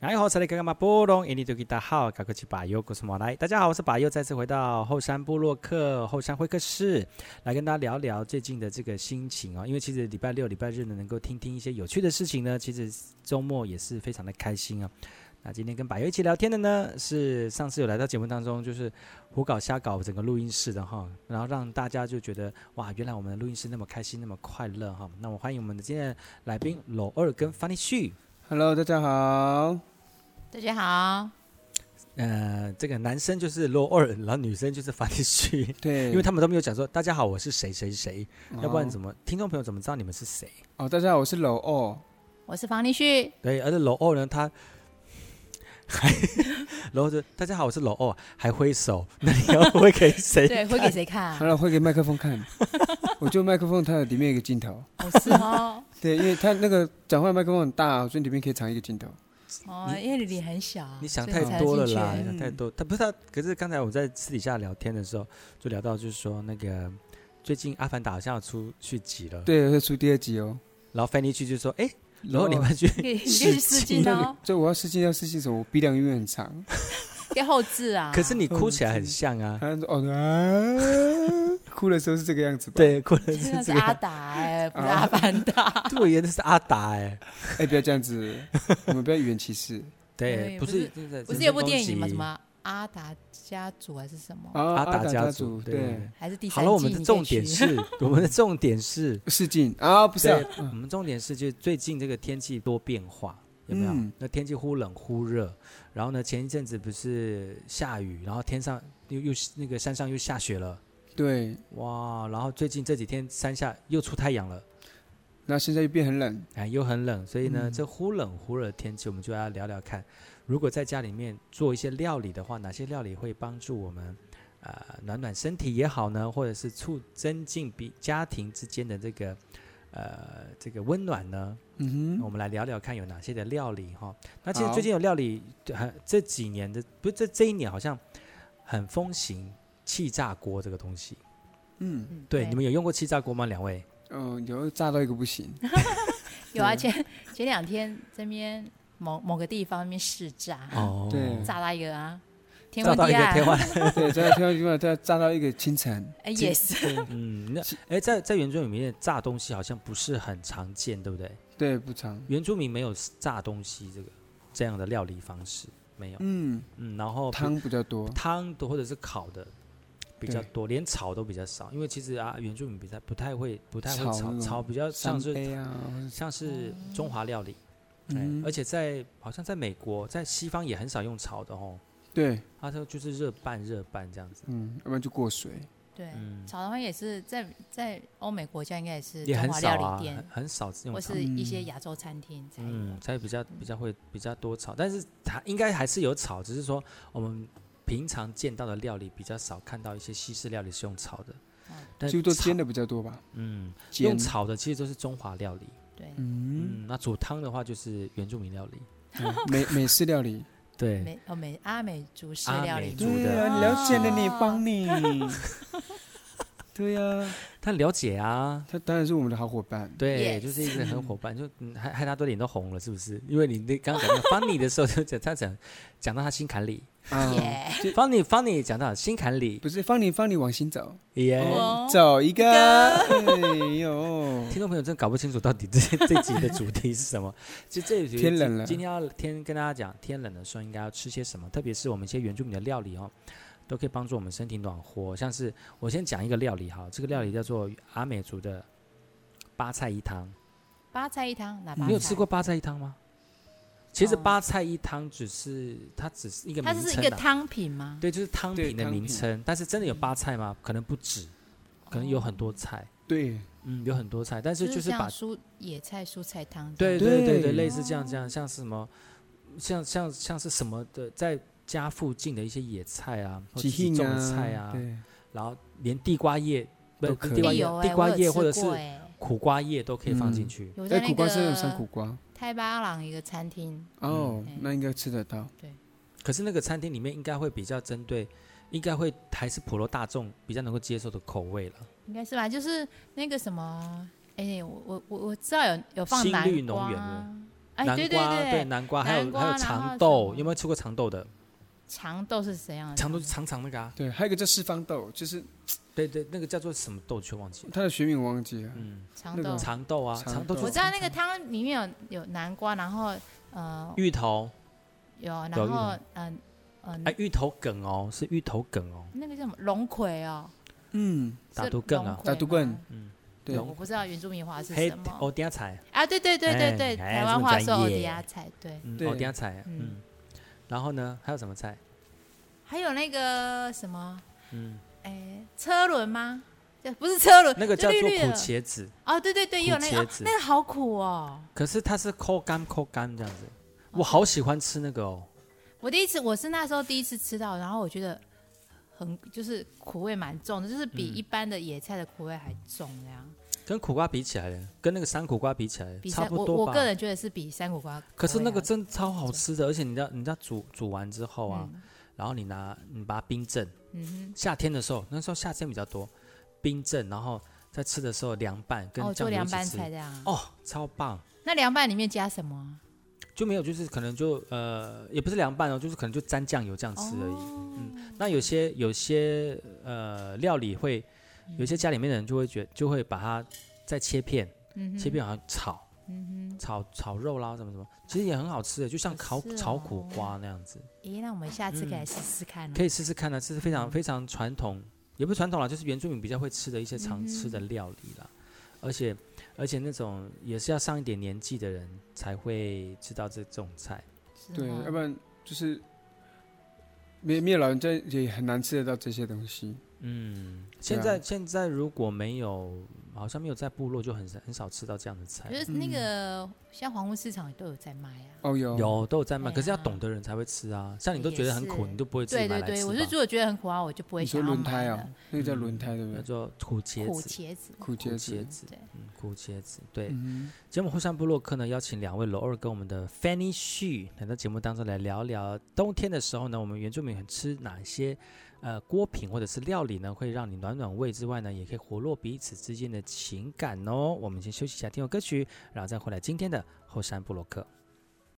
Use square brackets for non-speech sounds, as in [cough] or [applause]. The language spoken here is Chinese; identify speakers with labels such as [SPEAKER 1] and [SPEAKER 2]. [SPEAKER 1] 然后萨利刚刚嘛，波隆印尼多吉达好，赶快去把右，古斯莫来。大家好，我是把右，再次回到后山部落客后山会客室，来跟大家聊聊最近的这个心情哦。因为其实礼拜六、礼拜日呢，能够听听一些有趣的事情呢，其实周末也是非常的开心哦。那今天跟把右一起聊天的呢，是上次有来到节目当中，就是胡搞瞎搞整个录音室的哈，然后让大家就觉得哇，原来我们的录音室那么开心，那么快乐哈。那我欢迎我们的今天的来宾楼二跟 Funny 旭。
[SPEAKER 2] Hello，大家好。
[SPEAKER 3] 大家好，
[SPEAKER 1] 呃，这个男生就是罗尔，然后女生就是法蒂旭，
[SPEAKER 2] 对，
[SPEAKER 1] 因为他们都没有讲说大家好，我是谁谁谁，
[SPEAKER 2] 哦
[SPEAKER 1] 要不然怎么听众朋友怎么知道你们是谁？
[SPEAKER 2] 哦，大家好，我是楼哦。
[SPEAKER 3] 我是房立旭，
[SPEAKER 1] 对，而且罗欧呢，他还 [laughs] 然后就大家好，我是罗欧，还挥手，那你要挥给谁？
[SPEAKER 3] [laughs] 对，会给谁看啊
[SPEAKER 2] 好？了，会给麦克
[SPEAKER 1] [laughs]
[SPEAKER 2] 风看。我就麦克风，它有里面有一个镜头。
[SPEAKER 3] 我是哦，
[SPEAKER 2] 对，因为它那个讲话麦克风很大，所以里面可以藏一个镜
[SPEAKER 1] 啊
[SPEAKER 2] 头。
[SPEAKER 3] 哦，因为你脸很小，啊
[SPEAKER 1] 你想
[SPEAKER 3] 所以
[SPEAKER 1] 太
[SPEAKER 3] 我才
[SPEAKER 1] 多了
[SPEAKER 3] 进去
[SPEAKER 1] 啦，
[SPEAKER 2] 去
[SPEAKER 1] 想太多。他不是他，啊可是刚才我们在私底下聊天的时候，就聊到就是说那个最近《阿凡达》好像要出续集了，。
[SPEAKER 2] 对，会出第二集哦。
[SPEAKER 1] 然后 Fanny 去就说，哎，然
[SPEAKER 2] 后
[SPEAKER 1] 后你 [laughs] 们去
[SPEAKER 3] 你可以你可
[SPEAKER 1] 试
[SPEAKER 3] 以去试
[SPEAKER 1] 镜
[SPEAKER 3] 镜
[SPEAKER 2] 那
[SPEAKER 3] 哦
[SPEAKER 2] 个，，就我要试镜要试镜什么？我鼻梁永远很长。
[SPEAKER 1] 啊
[SPEAKER 3] 要后置啊。
[SPEAKER 1] 可是你哭起来很
[SPEAKER 2] 嗯
[SPEAKER 1] 像啊，
[SPEAKER 2] 他说哦啊，哭的时候是这个样子吧？。
[SPEAKER 1] 对，哭的
[SPEAKER 3] 真
[SPEAKER 1] [laughs] 是
[SPEAKER 3] 的是
[SPEAKER 1] 这个啊
[SPEAKER 3] 阿达哎，不是阿
[SPEAKER 1] [laughs]
[SPEAKER 3] 凡 [laughs] 达，
[SPEAKER 1] 对耶，那是阿达哎，
[SPEAKER 2] 哎，不要这样子，
[SPEAKER 1] [laughs]
[SPEAKER 2] 我们不要语言歧视。
[SPEAKER 1] 对，
[SPEAKER 3] 对
[SPEAKER 1] 不
[SPEAKER 3] 不
[SPEAKER 1] 是
[SPEAKER 3] 是
[SPEAKER 1] 真的
[SPEAKER 3] 不
[SPEAKER 1] 真
[SPEAKER 3] 是有部
[SPEAKER 1] 攻
[SPEAKER 3] 电影吗？
[SPEAKER 1] 击
[SPEAKER 3] 什么阿达家族还是什么？
[SPEAKER 2] 啊
[SPEAKER 1] 阿
[SPEAKER 2] 达
[SPEAKER 1] 达家
[SPEAKER 2] 族，
[SPEAKER 1] 对
[SPEAKER 2] 对，。
[SPEAKER 3] 还是第
[SPEAKER 1] 好
[SPEAKER 3] 三
[SPEAKER 1] 了，
[SPEAKER 3] 季？
[SPEAKER 1] 我们的重点
[SPEAKER 3] 你可以去
[SPEAKER 1] 是， [laughs] 我们的重点是，
[SPEAKER 2] 试镜啊，不是啊
[SPEAKER 1] 对，我们重点是，就是最近这个天气多变化，有没有
[SPEAKER 2] 嗯？
[SPEAKER 1] 那天气忽冷忽热，然后呢，前一阵子不是下雨，然后天上又又那个山上又下雪了，
[SPEAKER 2] 对。
[SPEAKER 1] 哇！然后最近这几天山下又出太阳了。
[SPEAKER 2] 然后现在又变很冷，
[SPEAKER 1] 哎，又很冷，所以呢，
[SPEAKER 2] 嗯
[SPEAKER 1] 这忽冷忽热的天气，我们就要聊聊看，如果在家里面做一些料理的话，哪些料理会帮助我们，呃，暖暖身体也好呢，或者是促增进比家庭之间的这个，呃，这个温暖呢？
[SPEAKER 2] 嗯
[SPEAKER 1] 我
[SPEAKER 2] 哼，
[SPEAKER 1] 们来聊聊看有哪些的料理哈。那其实
[SPEAKER 2] 好
[SPEAKER 1] 最近有料理，呃这几年的不是这这一年好像很风行气炸锅这个东西。
[SPEAKER 2] 嗯，
[SPEAKER 3] 嗯
[SPEAKER 1] 对，你们有用过气炸锅吗？两位？
[SPEAKER 2] 哦，有炸到一个不行，
[SPEAKER 3] 有啊？
[SPEAKER 2] 对
[SPEAKER 3] 前前两天这边某某个地方那边试炸，
[SPEAKER 1] 哦
[SPEAKER 2] 对
[SPEAKER 3] 炸到一个啊，天
[SPEAKER 1] 炸
[SPEAKER 3] 昏
[SPEAKER 1] 到一
[SPEAKER 3] 地
[SPEAKER 1] 个天
[SPEAKER 3] 暗，
[SPEAKER 1] 花
[SPEAKER 2] [laughs] 对，炸到天地地炸到一个清晨，
[SPEAKER 3] 哎也是，
[SPEAKER 1] 嗯，那哎，在在原住民里面炸东西好像不是很常见，对不对？
[SPEAKER 2] 对，不长，
[SPEAKER 1] 原住民没有炸东西这个这样的料理方式，没有。
[SPEAKER 2] 嗯，
[SPEAKER 1] 嗯，然后比
[SPEAKER 2] 汤比较多，
[SPEAKER 1] 汤的或者是烤的比较
[SPEAKER 2] 对
[SPEAKER 1] 多，连炒都比较少，因为其实啊，原住民比较不太会不太会
[SPEAKER 2] 炒那
[SPEAKER 1] 炒，
[SPEAKER 2] 种
[SPEAKER 1] 炒比较像
[SPEAKER 2] 三
[SPEAKER 1] 是
[SPEAKER 2] 杯啊，或者是
[SPEAKER 1] 像是中华料理。
[SPEAKER 2] 嗯
[SPEAKER 1] 哎，而且在好像在美国，在西方也很少用炒的哦，
[SPEAKER 2] 对，
[SPEAKER 1] 它就就是热拌热拌这样子。
[SPEAKER 2] 嗯，要不然就过水，
[SPEAKER 3] 对，
[SPEAKER 1] 嗯，
[SPEAKER 3] 炒的话也是在在欧美国家应该也是
[SPEAKER 1] 也
[SPEAKER 3] 中
[SPEAKER 1] 很
[SPEAKER 3] 华
[SPEAKER 1] 少
[SPEAKER 3] 料
[SPEAKER 1] 啊，
[SPEAKER 3] 理
[SPEAKER 1] 很
[SPEAKER 3] 店，
[SPEAKER 1] 很少用
[SPEAKER 3] 或
[SPEAKER 1] 炒。
[SPEAKER 3] 是一些亚洲餐厅才有。
[SPEAKER 1] 嗯，才比较比较会比较多炒，但是它应该还是有炒，只是说我们平常见到的料理比较少看到一些西式料理是用炒的，
[SPEAKER 3] 嗯
[SPEAKER 1] 但
[SPEAKER 2] 几乎都
[SPEAKER 1] 炒
[SPEAKER 2] 煎的比较多吧，
[SPEAKER 1] 嗯，
[SPEAKER 2] 煎
[SPEAKER 1] 用，炒的其实都是中华料理，
[SPEAKER 3] 对，
[SPEAKER 2] 嗯，
[SPEAKER 1] 嗯，那煮汤的话就是原住民料理，
[SPEAKER 2] 嗯美美式料理，
[SPEAKER 1] 对，
[SPEAKER 3] 美哦美阿美族式
[SPEAKER 1] 阿
[SPEAKER 3] 料
[SPEAKER 1] 美
[SPEAKER 3] 理
[SPEAKER 1] 煮
[SPEAKER 3] 嘛，
[SPEAKER 1] 族的
[SPEAKER 2] 对啊，你了解了你
[SPEAKER 3] 哦
[SPEAKER 2] 帮 [laughs] 你，对呀，
[SPEAKER 1] 他了解啊。
[SPEAKER 2] 他当然是我们的好伙伴，
[SPEAKER 1] 对
[SPEAKER 3] Yes
[SPEAKER 1] 就是一直很伙伴，就嗯害害他的脸都红了，是不是？因为你那刚刚讲到 funny 的时候，就讲他讲讲到他心坎
[SPEAKER 2] [laughs]
[SPEAKER 1] 里
[SPEAKER 2] 啊，
[SPEAKER 3] 耶，
[SPEAKER 1] ，funny funny 讲到心坎里，
[SPEAKER 2] 不是，放你放你往心走，
[SPEAKER 1] 耶、
[SPEAKER 3] 哦
[SPEAKER 2] 走一个，哎呦，
[SPEAKER 1] 听众朋友真搞不清楚到底这这集的主题是什么。 [laughs] 其实这一集
[SPEAKER 2] 天冷了
[SPEAKER 1] 今天要天跟大家讲，天冷的时候应该要吃些什么，特别是我们一些原住民的料理哦，都可以帮助我们身体暖和。像是我先讲一个料理哈，这个料理叫做阿美族的八菜一汤。
[SPEAKER 3] 八菜一汤，哪
[SPEAKER 2] 嗯
[SPEAKER 3] 八菜？
[SPEAKER 1] 你有吃过？八菜一汤吗？其实
[SPEAKER 3] 哦
[SPEAKER 1] 八菜一汤只是它只是一个
[SPEAKER 3] 它
[SPEAKER 1] 名
[SPEAKER 3] 这
[SPEAKER 1] 称、啊，
[SPEAKER 3] 是一个汤品吗？
[SPEAKER 1] 对，就是汤
[SPEAKER 2] 对
[SPEAKER 1] 品的
[SPEAKER 2] 汤
[SPEAKER 1] 名
[SPEAKER 2] 品
[SPEAKER 1] 称。但是真的有八菜吗？可能不止，可能有很多菜，
[SPEAKER 2] 对，
[SPEAKER 1] 嗯，有很多菜，但是就是
[SPEAKER 3] 像
[SPEAKER 1] 把
[SPEAKER 3] 蔬野菜蔬菜汤这
[SPEAKER 1] 对
[SPEAKER 3] 样。
[SPEAKER 1] 对对对，
[SPEAKER 2] 对
[SPEAKER 1] 类似这样这样，像是什么像像像是什么的，在家附近的一些野菜啊，或
[SPEAKER 2] 几
[SPEAKER 1] 自己
[SPEAKER 2] 兴
[SPEAKER 1] 种的菜啊，
[SPEAKER 2] 对，
[SPEAKER 1] 然后连地瓜叶，不是
[SPEAKER 2] 都可以
[SPEAKER 1] 地瓜
[SPEAKER 3] 必
[SPEAKER 1] 叶
[SPEAKER 3] 有，哎、
[SPEAKER 1] 地
[SPEAKER 3] 我
[SPEAKER 1] 瓜
[SPEAKER 3] 有
[SPEAKER 1] 叶
[SPEAKER 3] 吃
[SPEAKER 1] 或者是
[SPEAKER 3] 过哎
[SPEAKER 1] 苦瓜叶都可以放进
[SPEAKER 2] 嗯
[SPEAKER 1] 去。
[SPEAKER 3] 我在
[SPEAKER 2] 哎，
[SPEAKER 3] 那
[SPEAKER 2] 苦瓜是有山苦
[SPEAKER 3] 个
[SPEAKER 2] 瓜
[SPEAKER 3] 泰巴朗一个餐厅，
[SPEAKER 2] 哦
[SPEAKER 3] 嗯，
[SPEAKER 2] 那应该吃得到。
[SPEAKER 1] 可是那个餐厅里面应该会比较针对，应该会还是普罗大众比较能够接受的口味了。
[SPEAKER 3] 应该是吧？就是那个什么，哎、我我我我知道有有放
[SPEAKER 1] 新
[SPEAKER 3] 南
[SPEAKER 1] 绿
[SPEAKER 3] 瓜
[SPEAKER 1] 农园的
[SPEAKER 3] 哎、
[SPEAKER 1] 南瓜
[SPEAKER 3] 对对
[SPEAKER 1] 南瓜，还有
[SPEAKER 3] 南瓜
[SPEAKER 1] 还有
[SPEAKER 3] 然后什
[SPEAKER 1] 长
[SPEAKER 3] 么
[SPEAKER 1] 豆，有没有吃过长豆的？
[SPEAKER 3] 长豆是怎样的？
[SPEAKER 1] 长豆长长那个啊，
[SPEAKER 2] 对，还有一个叫四方豆，就是
[SPEAKER 1] 对对，那个叫做什么豆，却忘记了。
[SPEAKER 2] 它的学名我忘记了。
[SPEAKER 1] 嗯，
[SPEAKER 3] 长
[SPEAKER 2] 那
[SPEAKER 3] 豆
[SPEAKER 2] 个，
[SPEAKER 1] 长豆啊，
[SPEAKER 2] 长
[SPEAKER 1] 长豆
[SPEAKER 2] 豆
[SPEAKER 3] 我
[SPEAKER 1] 就是
[SPEAKER 3] 知道那个汤里面有有南瓜，然后呃
[SPEAKER 1] 芋头，
[SPEAKER 3] 有，然
[SPEAKER 1] 有芋
[SPEAKER 3] 后
[SPEAKER 1] 头
[SPEAKER 3] 嗯嗯、
[SPEAKER 1] 哎，芋头梗哦，是芋头梗哦，
[SPEAKER 3] 那个叫什么龙葵哦，
[SPEAKER 2] 嗯，
[SPEAKER 1] 打
[SPEAKER 3] 是
[SPEAKER 1] 毒棍啊
[SPEAKER 3] 龙葵
[SPEAKER 2] 打毒棍
[SPEAKER 3] 吗
[SPEAKER 1] 嗯，
[SPEAKER 2] 对
[SPEAKER 1] 龙
[SPEAKER 3] 我不知道原住民话是
[SPEAKER 1] 黑
[SPEAKER 3] 什么
[SPEAKER 1] 哦，等下菜，
[SPEAKER 3] 啊？对对对对对，
[SPEAKER 1] 哎
[SPEAKER 3] 台湾话说
[SPEAKER 1] 哎这么
[SPEAKER 3] 欧
[SPEAKER 1] 专业
[SPEAKER 3] 迪亚菜，对，
[SPEAKER 1] 嗯，
[SPEAKER 2] 对
[SPEAKER 1] 哦，等下菜，
[SPEAKER 3] 嗯
[SPEAKER 1] 嗯，然后呢，还有什么菜？
[SPEAKER 3] 还有那个什么，
[SPEAKER 1] 嗯，
[SPEAKER 3] 哎，车轮吗？就不是车轮，
[SPEAKER 1] 那个
[SPEAKER 3] 就
[SPEAKER 1] 叫
[SPEAKER 3] 绿
[SPEAKER 1] 做苦
[SPEAKER 3] 呃绿的
[SPEAKER 1] 茄子，
[SPEAKER 3] 哦，对对对，也有那个、
[SPEAKER 1] 苦
[SPEAKER 3] 哦
[SPEAKER 1] 茄、子
[SPEAKER 3] 那个好苦哦。
[SPEAKER 1] 可是它是抠干抠干这样子，我好喜欢吃那个哦，
[SPEAKER 3] 我第一次，我是那时候第一次吃到，然后我觉得很就是苦味蛮重的，就是比
[SPEAKER 1] 嗯
[SPEAKER 3] 一般的野菜的苦味还重这样。
[SPEAKER 1] 跟苦瓜比起来，跟那个山苦瓜比起来
[SPEAKER 3] 比
[SPEAKER 1] 差
[SPEAKER 3] 山
[SPEAKER 1] 不
[SPEAKER 3] 我
[SPEAKER 1] 多
[SPEAKER 3] 我
[SPEAKER 1] 吧
[SPEAKER 3] 个。人觉得是比山苦瓜苦味还要重。啊
[SPEAKER 1] 可是那个真的超好吃的，而且你知道，你知道煮煮完之后啊，
[SPEAKER 3] 嗯
[SPEAKER 1] 然后你拿你把它冰镇，
[SPEAKER 3] 嗯
[SPEAKER 1] 夏天的时候，那时候夏天比较多，冰镇，然后在吃的时候凉拌
[SPEAKER 3] 哼，
[SPEAKER 1] 跟
[SPEAKER 3] 哦，
[SPEAKER 1] 酱
[SPEAKER 3] 做
[SPEAKER 1] 油一
[SPEAKER 3] 凉
[SPEAKER 1] 起
[SPEAKER 3] 拌
[SPEAKER 1] 吃，
[SPEAKER 3] 菜这样。
[SPEAKER 1] 哦，超棒。
[SPEAKER 3] 那凉拌里面加什么？啊
[SPEAKER 1] 就没有，就是可能就呃，也不是凉拌哦，就是可能就沾酱油这样吃而已。
[SPEAKER 3] 哦
[SPEAKER 1] 嗯，那有些有些呃料理会，
[SPEAKER 3] 嗯
[SPEAKER 1] 有些家里面的人就会觉就会把它再切片，
[SPEAKER 3] 嗯哼
[SPEAKER 1] 切片好像炒
[SPEAKER 3] 嗯哼，
[SPEAKER 1] 炒炒肉啦什么什么，其实也很好吃的，就像
[SPEAKER 3] 可
[SPEAKER 1] 烤
[SPEAKER 3] 是
[SPEAKER 1] 炒
[SPEAKER 3] 哦
[SPEAKER 1] 苦瓜那样子，
[SPEAKER 3] 咦，那我们下次可
[SPEAKER 1] 嗯
[SPEAKER 3] 以来试试看哦。
[SPEAKER 1] 可以试试看啊呢，这是非
[SPEAKER 3] 嗯
[SPEAKER 1] 常非常传统，也不是传统啦，就是原住民比较会吃的一些常吃的料理啦。
[SPEAKER 3] 嗯
[SPEAKER 1] 而且而且那种也是要上一点年纪的人才会知道这种菜。
[SPEAKER 3] 是
[SPEAKER 2] 对，
[SPEAKER 3] 吗
[SPEAKER 2] 要不然就是没没有老人家也很难吃得到这些东西。
[SPEAKER 1] 嗯，现
[SPEAKER 2] 啊
[SPEAKER 1] 在、现在如果没有，好像没有在部落就很少很少吃到这样的菜
[SPEAKER 3] 可，是那
[SPEAKER 1] 嗯
[SPEAKER 3] 个像黄昏市场都有在卖啊。
[SPEAKER 2] 哦，有
[SPEAKER 1] 有都有在卖，
[SPEAKER 3] 对
[SPEAKER 1] 可是要
[SPEAKER 3] 啊
[SPEAKER 1] 懂的人才会吃啊。像你都
[SPEAKER 3] 也
[SPEAKER 1] 觉得很苦，
[SPEAKER 3] 是
[SPEAKER 1] 你都不会自己
[SPEAKER 3] 对
[SPEAKER 1] 买
[SPEAKER 3] 对
[SPEAKER 1] 来吃吧。
[SPEAKER 3] 对，我就觉得觉得很苦啊，我就不会
[SPEAKER 2] 你说
[SPEAKER 3] 想要
[SPEAKER 2] 轮胎
[SPEAKER 3] 买
[SPEAKER 2] 哦
[SPEAKER 3] 了。，
[SPEAKER 2] 那个叫轮胎对不
[SPEAKER 1] 叫
[SPEAKER 2] 对？
[SPEAKER 1] 做苦茄
[SPEAKER 3] 苦
[SPEAKER 1] 啊子，
[SPEAKER 3] 茄子，
[SPEAKER 2] 苦
[SPEAKER 1] 苦
[SPEAKER 2] 茄子
[SPEAKER 1] 茄，子
[SPEAKER 3] 对，
[SPEAKER 1] 嗯，苦茄子。对，
[SPEAKER 2] 嗯
[SPEAKER 1] 节目后山部落客呢，邀请两位罗二跟我们的 Fanny Xu 来到节目当中来聊聊，冬天的时候呢，我们原住民很吃哪些呃锅品或者是料理呢，会让你暖暖胃之外呢，也可以活络彼此之间的情感哦。我们先休息一下，听首歌曲，然后再回来今天的后山部落客。